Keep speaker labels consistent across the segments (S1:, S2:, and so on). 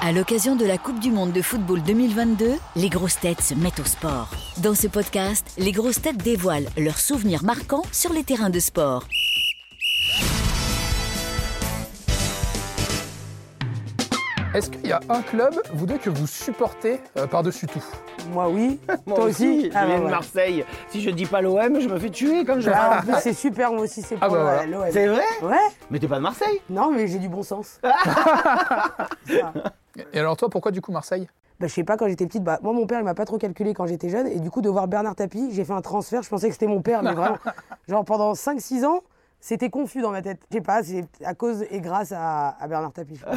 S1: À l'occasion de la Coupe du Monde de football 2022, les grosses têtes se mettent au sport. Dans ce podcast, les grosses têtes dévoilent leurs souvenirs marquants sur les terrains de sport.
S2: Est-ce qu'il y a un club, vous deux, que vous supportez euh, par-dessus tout
S3: Moi oui,
S4: Moi
S3: toi
S4: aussi,
S3: aussi.
S4: je
S3: Ah,
S4: viens
S3: bah,
S4: de
S3: ouais.
S4: Marseille. Si je dis pas l'OM, je me fais tuer comme je.
S3: Ah, en plus c'est super, moi aussi c'est
S2: Ah,
S3: pour
S2: bah, voilà.
S3: euh, l'OM.
S4: C'est vrai
S3: Ouais,
S4: Mais t'es pas de Marseille
S3: non mais j'ai du bon sens.
S2: Et alors toi, pourquoi du coup Marseille
S3: Bah, je sais pas, quand j'étais petite, bah, moi mon père il m'a pas trop calculé quand j'étais jeune, et du coup de voir Bernard Tapie, j'ai fait un transfert, je pensais que c'était mon père, mais vraiment, genre pendant 5-6 ans, c'était confus dans ma tête. Je sais pas, c'est à cause et grâce à, à Bernard Tapie. je pense.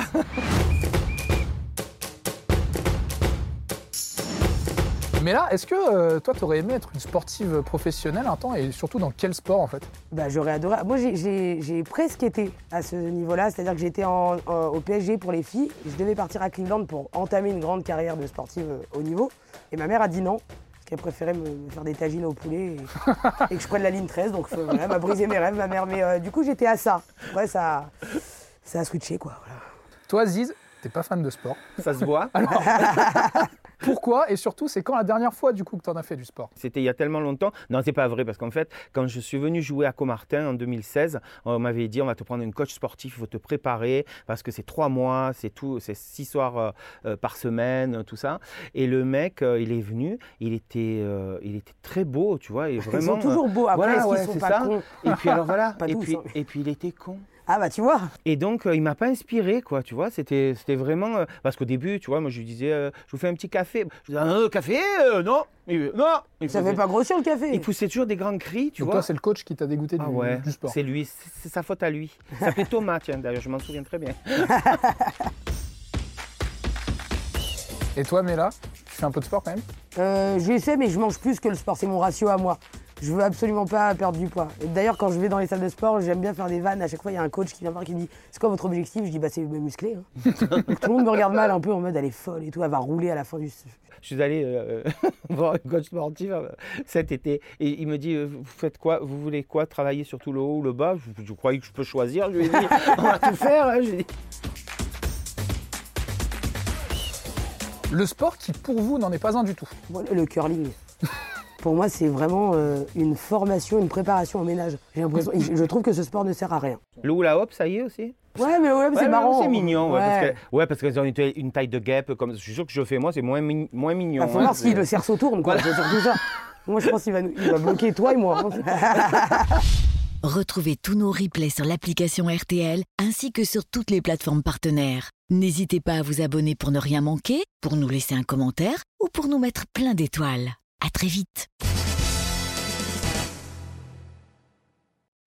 S2: Mais là, est-ce que euh, toi, t'aurais aimé être une sportive professionnelle un temps et surtout dans quel sport en fait
S3: Bah, j'aurais adoré. Moi, j'ai- j'ai j'ai presque été à ce niveau-là, c'est-à-dire que j'étais en- en- au PSG pour les filles. Je devais partir à Cleveland pour entamer une grande carrière de sportive euh, haut niveau. Et ma mère a dit non, parce qu'elle préférait me, me faire des tagines au poulet et, et que je prenne la ligne 13. Donc euh, voilà, elle m'a brisé mes rêves, ma mère. Mais euh, du coup, j'étais à ça. Ouais, ça, ça a switché, quoi. voilà.
S2: Toi, Ziz, t'es pas fan de sport.
S4: Ça se voit.
S2: Pourquoi Et surtout, c'est quand la dernière fois du coup que t'en as fait du sport
S4: C'était il y a tellement longtemps. Non, c'est pas vrai parce qu'en fait, quand je suis venu jouer à Comartin en 2016, on m'avait dit on va te prendre un coach sportif, il faut te préparer parce que c'est trois mois, c'est tout, c'est six soirs euh, euh, par semaine, tout ça. Et le mec, euh, il est venu, il était, euh, il était très beau, tu vois, et
S3: Ils
S4: vraiment. euh,
S3: sont toujours beaux. Après,
S4: voilà,
S3: est-ce qu'ils
S4: ouais,
S3: sont
S4: c'est
S3: pas
S4: ça.
S3: cons
S4: euh, Et puis alors voilà.
S3: Pas
S4: et
S3: tous,
S4: puis,
S3: hein.
S4: et puis il était con.
S3: Ah bah, tu vois.
S4: Et donc, euh, il m'a pas inspiré, quoi, tu vois. C'était, c'était vraiment. euh, parce qu'au début, tu vois, moi, je lui disais, euh, je vous fais un petit café. Je lui disais, un café euh, Non Il- Non il
S3: Ça
S4: faisait-
S3: fait pas gros sur le café.
S4: Il poussait toujours des grands cris, tu
S2: Donc
S4: vois.
S2: toi, c'est le coach qui t'a dégoûté
S4: ah
S2: du,
S4: ouais,
S2: du sport.
S4: c'est lui, c'est c'est sa faute à lui. Il s'appelait Thomas, tiens, d'ailleurs, je m'en souviens très bien.
S2: Et toi, Mela, tu fais un peu de sport quand même
S3: Euh, J'essaie, mais je mange plus que le sport. C'est mon ratio à moi. Je veux absolument pas perdre du poids. Et D'ailleurs, quand je vais dans les salles de sport, j'aime bien faire des vannes. À chaque fois, il y a un coach qui vient me voir qui me dit C'est quoi votre objectif Je dis Bah, c'est me muscler. hein. Donc, tout le monde me regarde mal, un peu en mode Elle est folle et tout, elle va rouler à la fin du.
S4: Je suis allé euh, voir un coach sportif euh, cet été et il me dit euh, Vous faites quoi Vous voulez quoi Travailler surtout le haut ou le bas je, je croyais que je peux choisir. Je lui ai dit On va tout faire. hein. Je lui ai dit,
S2: Le sport qui pour vous n'en est pas un du tout.
S3: Bon, le curling. Pour moi, c'est vraiment euh, une formation, une préparation au ménage. J'ai l'impression, et je je trouve que ce sport ne sert à rien.
S4: Le hula hop, ça y est aussi
S3: Ouais, mais ouais, mais
S4: Ouais,
S3: c'est
S4: ouais,
S3: marrant.
S4: C'est mignon.
S3: Ouais.
S4: Ouais, Parce que, ouais, parce qu'elles ont une, taille- une taille de guêpe. Comme, je suis sûr que je fais moi, c'est moins, mi- moins mignon.
S3: Bah, faut
S4: hein,
S3: voir
S4: c'est-
S3: si le cerceau tourne, quoi. C'est surtout ça. Moi, je pense qu'il va, nous- il va bloquer toi et moi. hein.
S1: Retrouvez tous nos replays sur l'application RTL ainsi que sur toutes les plateformes partenaires. N'hésitez pas à vous abonner pour ne rien manquer, pour nous laisser un commentaire ou pour nous mettre plein d'étoiles. À très vite.